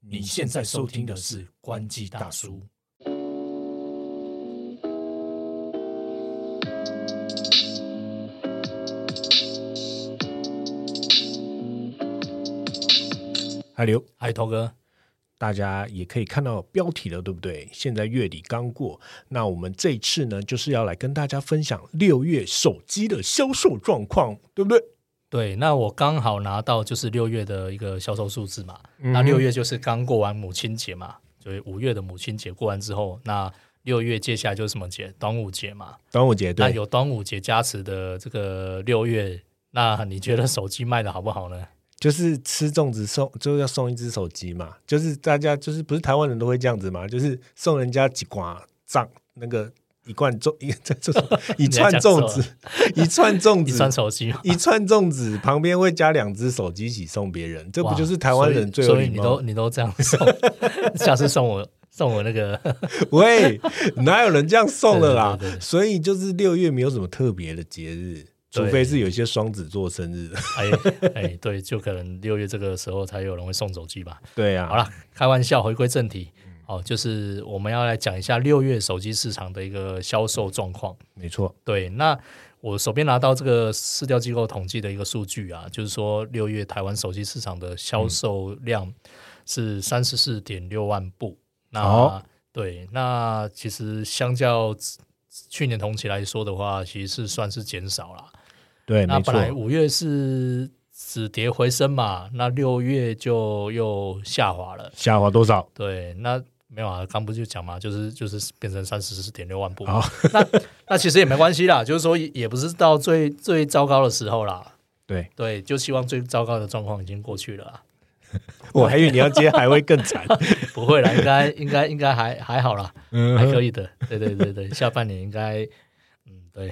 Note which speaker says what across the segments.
Speaker 1: 你现在收听的是《关机大叔》。
Speaker 2: 嗨刘，
Speaker 1: 嗨，头哥，
Speaker 2: 大家也可以看到标题了，对不对？现在月底刚过，那我们这一次呢，就是要来跟大家分享六月手机的销售状况，对不对？
Speaker 1: 对，那我刚好拿到就是六月的一个销售数字嘛。
Speaker 2: 嗯哼
Speaker 1: 那六月就是刚过完母亲节嘛，所以五月的母亲节过完之后，那六月接下来就是什么节？端午节嘛。
Speaker 2: 端午节
Speaker 1: 那
Speaker 2: 对，
Speaker 1: 有端午节加持的这个六月，那你觉得手机卖的好不好呢？
Speaker 2: 就是吃粽子送，就是要送一只手机嘛，就是大家就是不是台湾人都会这样子嘛，就是送人家几瓜粽那个。一罐粽， 一这这 种一串粽子，一串粽
Speaker 1: 一
Speaker 2: 子，
Speaker 1: 串手机嘛，
Speaker 2: 一串粽子旁边会加两只手机一起送别人，这不
Speaker 1: 哇
Speaker 2: 就是台湾人最有
Speaker 1: 所以所以
Speaker 2: 礼
Speaker 1: 你
Speaker 2: 貌
Speaker 1: 都？你都这样送， 下次送我送我那个
Speaker 2: 喂，哪有人这样送了啦
Speaker 1: 对对对？对
Speaker 2: 所以就是六月没有什么特别的节日，除
Speaker 1: 对
Speaker 2: 非是有一些双子座生日。
Speaker 1: 哎哎，对，就可能六月这个时候才有人会送手机吧。
Speaker 2: 对啊，
Speaker 1: 好了，开玩笑，回归正题。
Speaker 2: 嗯
Speaker 1: 哦，就是我们要来讲一下六月手机市场的一个销售状况。
Speaker 2: 没错，
Speaker 1: 对，那我手边拿到这个市调机构统计的一个数据啊，就是说六月台湾手机市场的销售量是三十四点六万部。那、
Speaker 2: 好
Speaker 1: 对，那其实相较去年同期来说的话，其实是算是减少了。
Speaker 2: 对，
Speaker 1: 那
Speaker 2: 哎没
Speaker 1: 本来
Speaker 2: 错，
Speaker 1: 五月是止跌回升嘛，那六月就又下滑了。
Speaker 2: 下滑多少？
Speaker 1: 对，那没有啊，刚不就讲嘛，就是就是变成三十四点六万步。
Speaker 2: 好
Speaker 1: 那那其实也没关系啦，就是说也也不是到最最糟糕的时候啦。
Speaker 2: 对，
Speaker 1: 对，就希望最糟糕的状况已经过去了啊啦。
Speaker 2: 我还以为你要接还会更惨。
Speaker 1: 不会啦，应该应该应该还还好啦，
Speaker 2: 嗯
Speaker 1: 还可以的。对对对对，下半年应该，嗯， 对，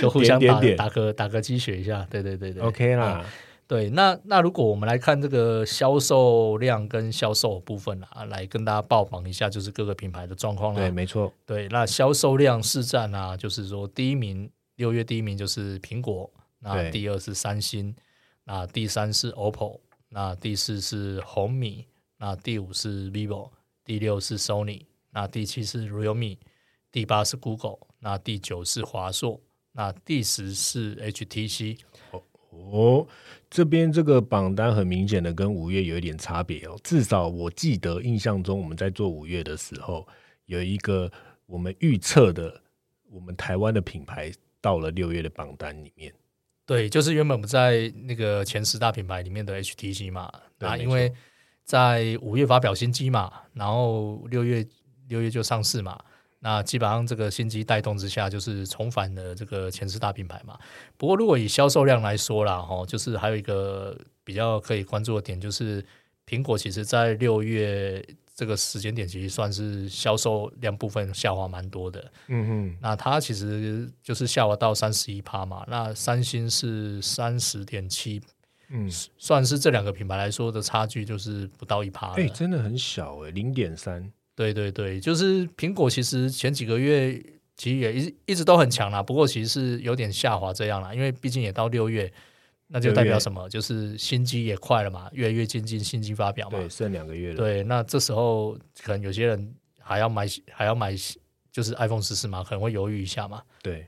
Speaker 1: 就互相打
Speaker 2: 点点点
Speaker 1: 打个打个鸡血一下。对对对 对
Speaker 2: OK 啦，
Speaker 1: 对，那那如果我们来看这个销售量跟销售部分啊，来跟大家报榜一下，就是各个品牌的状况啦。
Speaker 2: 对，没错，
Speaker 1: 对那销售量市占啊，就是说第一名，六月第一名就是苹果，那
Speaker 2: 对
Speaker 1: 第二是三星，那第三是 OPPO，那第四是红米，那第五是 vivo，第六是 Sony，那第七是 realme，第八是 Google，那第九是华硕，那第十是 HTC。
Speaker 2: 哦。这边这个榜单很明显的跟五月有一点差别哦，至少我记得印象中我们在做五月的时候，有一个我们预测的我们台湾的品牌到了六月的榜单里面。
Speaker 1: 对，就是原本不在那个前十大品牌里面的 HTC 嘛，
Speaker 2: 对
Speaker 1: 那
Speaker 2: 没
Speaker 1: 因为在五月发表新机嘛，然后六月六月就上市嘛，那基本上这个新机带动之下，就是重返了这个前十大品牌嘛。不过如果以销售量来说啦，哈，就是还有一个比较可以关注的点，就是苹果其实在六月这个时间点，其实算是销售量部分下滑蛮多的。
Speaker 2: 嗯哼，
Speaker 1: 那它其实就是下滑到三十一趴嘛。那三星是三十点七，
Speaker 2: 嗯，
Speaker 1: 算是这两个品牌来说的差距就是不到一趴了。
Speaker 2: 哎、真的很小哎、零点三。
Speaker 1: 对对对，就是苹果其实前几个月其实也一直一直都很强啦，不过其实是有点下滑这样啦，因为毕竟也到六月，那就代表什么？就是新机也快了嘛，越来越接近新机发表嘛。
Speaker 2: 对，剩两个月了。
Speaker 1: 对，那这时候可能有些人还要买还要买就是 iPhone 十四嘛，可能会犹豫一下嘛。
Speaker 2: 对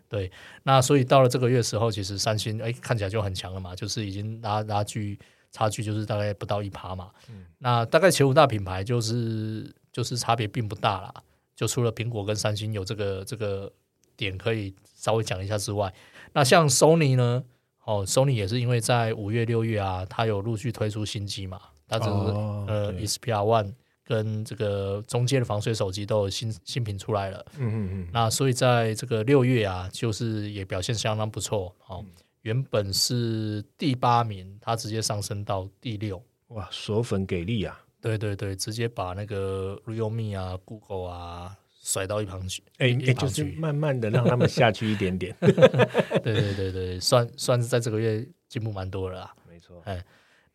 Speaker 1: 那所以到了这个月时候，其实三星哎看起来就很强了嘛，就是已经拉拉距差距就是大概不到一趴嘛。
Speaker 2: 嗯
Speaker 1: 那大概前五大品牌就是就是差别并不大啦，就除了苹果跟三星有这个这个点可以稍微讲一下之外，那像 Sony 呢，哦，Sony 也是因为在五月六月啊，它有陆续推出新机嘛，它就是、
Speaker 2: 哦
Speaker 1: 呃
Speaker 2: 对
Speaker 1: Xperia One 跟这个中间的防水手机都有新新品出来了。
Speaker 2: 嗯嗯嗯，
Speaker 1: 那所以在这个六月啊，就是也表现相当不错哦。原本是第八名，它直接上升到第六。
Speaker 2: 哇，锁粉给力啊！
Speaker 1: 对对对，直接把那个 Realme 啊、Google 啊甩到一旁去。
Speaker 2: 哎、哎、
Speaker 1: 一旁
Speaker 2: 就是
Speaker 1: 去。
Speaker 2: 慢慢的让他们下去一点 点。
Speaker 1: 对对对对，算算是在这个月进步蛮多了啦。
Speaker 2: 没错，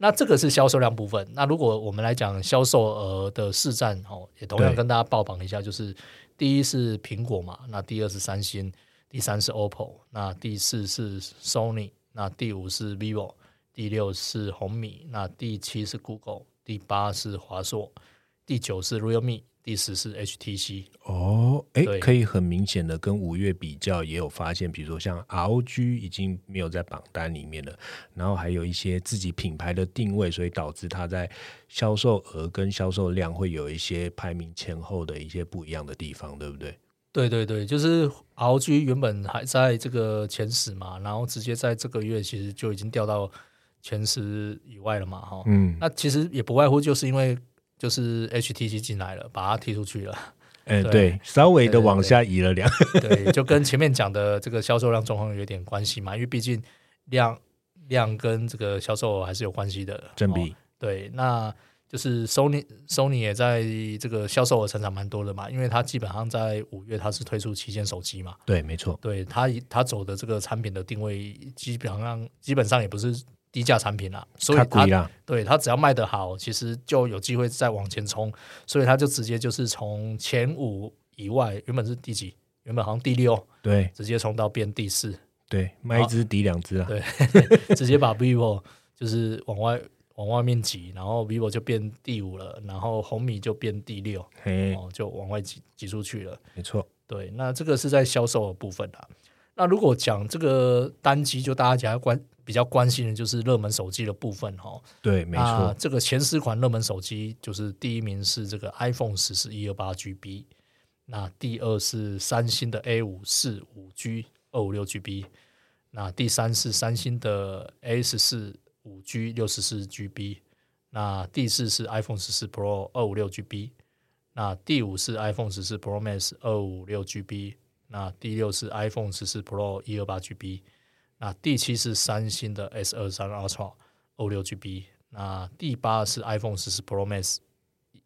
Speaker 1: 那这个是销售量部分。那如果我们来讲销售额的市占哦，也同样
Speaker 2: 对
Speaker 1: 跟大家报榜一下，就是第一是苹果嘛，那第二是三星，第三是 OPPO，那第四是 Sony，那第五是 vivo，第六是红米，那第七是 Google，第八是华硕，第九是 Realme，第十是 HTC。
Speaker 2: 哦，哎
Speaker 1: 对，
Speaker 2: 可以很明显的跟五月比较，也有发现，比如说像 ROG 已经没有在榜单里面了，然后还有一些自己品牌的定位，所以导致它在销售额跟销售量会有一些排名前后的一些不一样的地方，对不对？
Speaker 1: 对对对，就是 ROG 原本还在这个前十嘛，然后直接在这个月其实就已经掉到前十以外了嘛，哈、
Speaker 2: 嗯，
Speaker 1: 那其实也不外乎就是因为就是 HTC 进来了，把它踢出去 了。
Speaker 2: 哎，
Speaker 1: 对
Speaker 2: 对，稍微
Speaker 1: 对
Speaker 2: 的
Speaker 1: 对对
Speaker 2: 往下移了两，
Speaker 1: 对，就跟前面讲的这个销售量状况有点关系嘛，因为毕竟量量跟这个销售额还是有关系的。
Speaker 2: 正
Speaker 1: 哦
Speaker 2: 比，
Speaker 1: 对，那就是 Sony Sony 也在这个销售额成长蛮多的嘛，因为它基本上在五月它是推出旗舰手机嘛，
Speaker 2: 对，没错，
Speaker 1: 对它以它走的这个产品的定位，基本上基本上也不是低价产品啦，所以啊
Speaker 2: 它
Speaker 1: 它
Speaker 2: 贵啦，
Speaker 1: 对它只要卖得好，其实就有机会再往前冲，所以它就直接就是从前五以外，原本是第几？原本好像第六，
Speaker 2: 对
Speaker 1: 直接冲到变第四，
Speaker 2: 对，卖一只抵两只啊
Speaker 1: 对，直接把 vivo 就是往外往外面挤，然后 vivo 就变第五了，然后红米就变第六，
Speaker 2: 嘿，
Speaker 1: 哦，就往外挤挤出去了。
Speaker 2: 没错，
Speaker 1: 对，那这个是在销售的部分啦。那如果讲这个单机，就大家比较关比较关心的就是热门手机的部分哈、哦。
Speaker 2: 对，没
Speaker 1: 那
Speaker 2: 错，
Speaker 1: 这个前十款热门手机，就是第一名是这个 iPhone 十是一二八 GB，那第二是三星的 A 五四五 G 二五六 GB，那第三是三星的 A 十四五 G 六十四 GB，那第四是 iPhone 十四 Pro 二五六 GB，那第五是 iPhone 十四 Pro Max 二五六 GB，那第六是 iPhone 十四 Pro 一二八 GB，那第七是三星的 S 二三 Ultra 二五六 GB，那第八是 iPhone 十四 Pro Max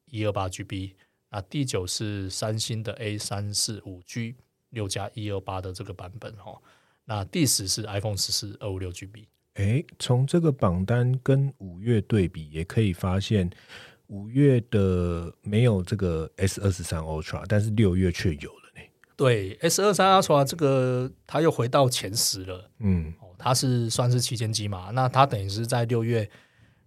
Speaker 1: 一二八 GB，那第九是三星的 A 三四五 G 六加一二八的这个版本哦。那第十是 iPhone 十四二五六 GB，
Speaker 2: 诶，从这个榜单跟五月对比，也可以发现五月的没有这个 S 二十三 Ultra，但是六月却有了呢。
Speaker 1: 对 S 二三 Ultra 这个它又回到前十了
Speaker 2: 嗯，
Speaker 1: 哦，它是算是旗舰机嘛，那它等于是在六月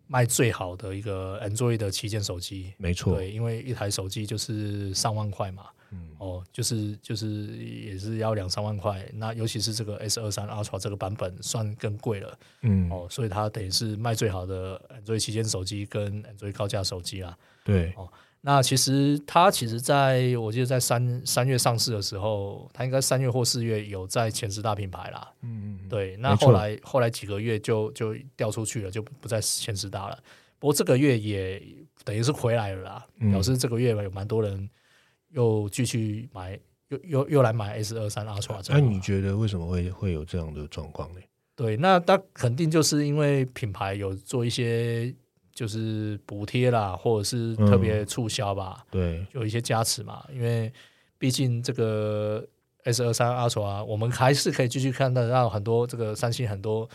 Speaker 1: 卖最好的一个 Android 的旗舰手机，
Speaker 2: 没错，
Speaker 1: 对，因为一台手机就是上万块嘛，
Speaker 2: 嗯，
Speaker 1: 哦，就是就是也是要两三万块，那尤其是这个 S 二三 Ultra 这个版本算更贵了
Speaker 2: 嗯，
Speaker 1: 哦，所以它等于是卖最好的 Android 旗舰手机跟 Android 高价手机啦。
Speaker 2: 对，
Speaker 1: 那其实它其实在我记得在三三月上市的时候，它应该三月或四月有在前十大品牌啦。
Speaker 2: 嗯嗯，
Speaker 1: 对，那
Speaker 2: 没
Speaker 1: 后
Speaker 2: 错
Speaker 1: 来后来几个月就就掉出去了，就不不在前十大了。不过这个月也等于是回来了啦，
Speaker 2: 嗯
Speaker 1: 表示这个月有蛮多人又继续买，又又又来买 S 二三 Ultra 这
Speaker 2: 啊那
Speaker 1: 个嘛。
Speaker 2: 你觉得为什么会会有这样的状况呢？
Speaker 1: 对，那它肯定就是因为品牌有做一些就是补贴啦，或者是
Speaker 2: 嗯
Speaker 1: 特别促销吧，
Speaker 2: 对，
Speaker 1: 有一些加持嘛。因为毕竟这个 S 二三 Ultra，我们还是可以继续看得到很多这个三星很多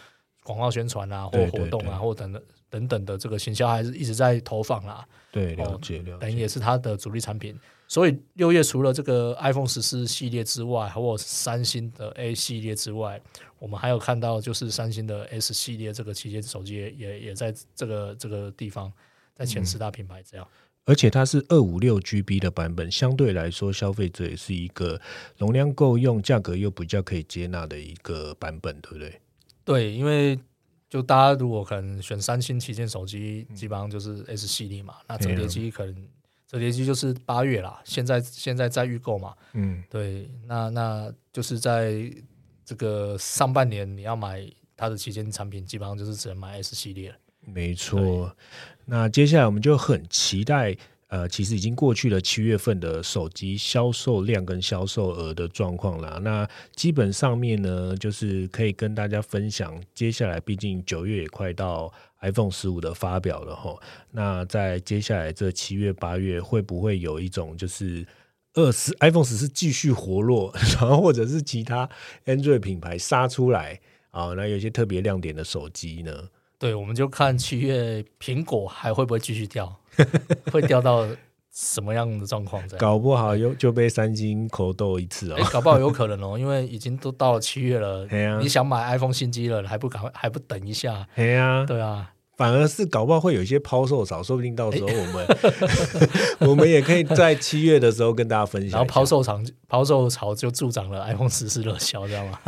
Speaker 1: 广告宣传啊，或
Speaker 2: 对
Speaker 1: 活
Speaker 2: 对
Speaker 1: 动啊，
Speaker 2: 对
Speaker 1: 或等等等等的这个行销还是一直在投放啦。
Speaker 2: 对，了
Speaker 1: 哦
Speaker 2: 解，了
Speaker 1: 等于
Speaker 2: 解，
Speaker 1: 也是它的主力产品。所以六月除了这个 iPhone 十四系列之外，还有三星的 A 系列之外，我们还有看到就是三星的 S 系列这个旗舰手机也也也在这个这个地方在前十大品牌这样。
Speaker 2: 而且它是二五六 GB 的版本，相对来说，消费者也是一个容量够用、价格又比较可以接纳的一个版本，对不对？
Speaker 1: 对，因为就大家如果可能选三星旗舰手机，基本上就是 S 系列嘛，那折叠机可能折叠机就是八月啦，现在现在在预购嘛，
Speaker 2: 嗯，
Speaker 1: 对，那那就是在这个上半年你要买它的旗舰产品，基本上就是只能买 S 系列了。
Speaker 2: 没错，那接下来我们就很期待，呃，其实已经过去了七月份的手机销售量跟销售额的状况啦。那基本上面呢，就是可以跟大家分享，接下来毕竟九月也快到 iPhone 十五的发表了吼，那在接下来这七月八月会不会有一种就是？二十 iPhone 十是继续活络，然后或者是其他 Android 品牌杀出来啊，那有一些特别亮点的手机呢？
Speaker 1: 对，我们就看七月苹果还会不会继续掉，会掉到什么样的状况这样。
Speaker 2: 搞不好又就被三星口斗一次哦
Speaker 1: 哎。，搞不好有可能哦，因为已经都到了七月了
Speaker 2: 嘿啊，
Speaker 1: 你想买 iPhone 新机了，还不赶快，还不等一下？
Speaker 2: 嘿呀、
Speaker 1: 对啊，
Speaker 2: 反而是搞不好会有一些抛售潮，说不定到时候我们、 我们也可以在七月的时候跟大家分享一下。
Speaker 1: 然后抛售潮抛售潮就助长了 iPhone 十四热销，知道吗？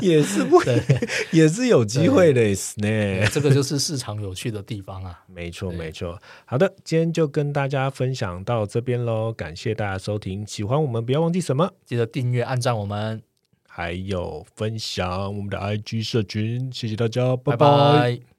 Speaker 2: 也是不
Speaker 1: 对，
Speaker 2: 也是有机会的呢。
Speaker 1: 这个就是市场有趣的地方啊。
Speaker 2: 没错，没错。好的，今天就跟大家分享到这边喽，感谢大家收听。喜欢我们不要忘记什么，
Speaker 1: 记得订阅、按赞我们，
Speaker 2: 还有分享我们的 IG 社群，谢谢大家，
Speaker 1: 拜
Speaker 2: 拜
Speaker 1: 拜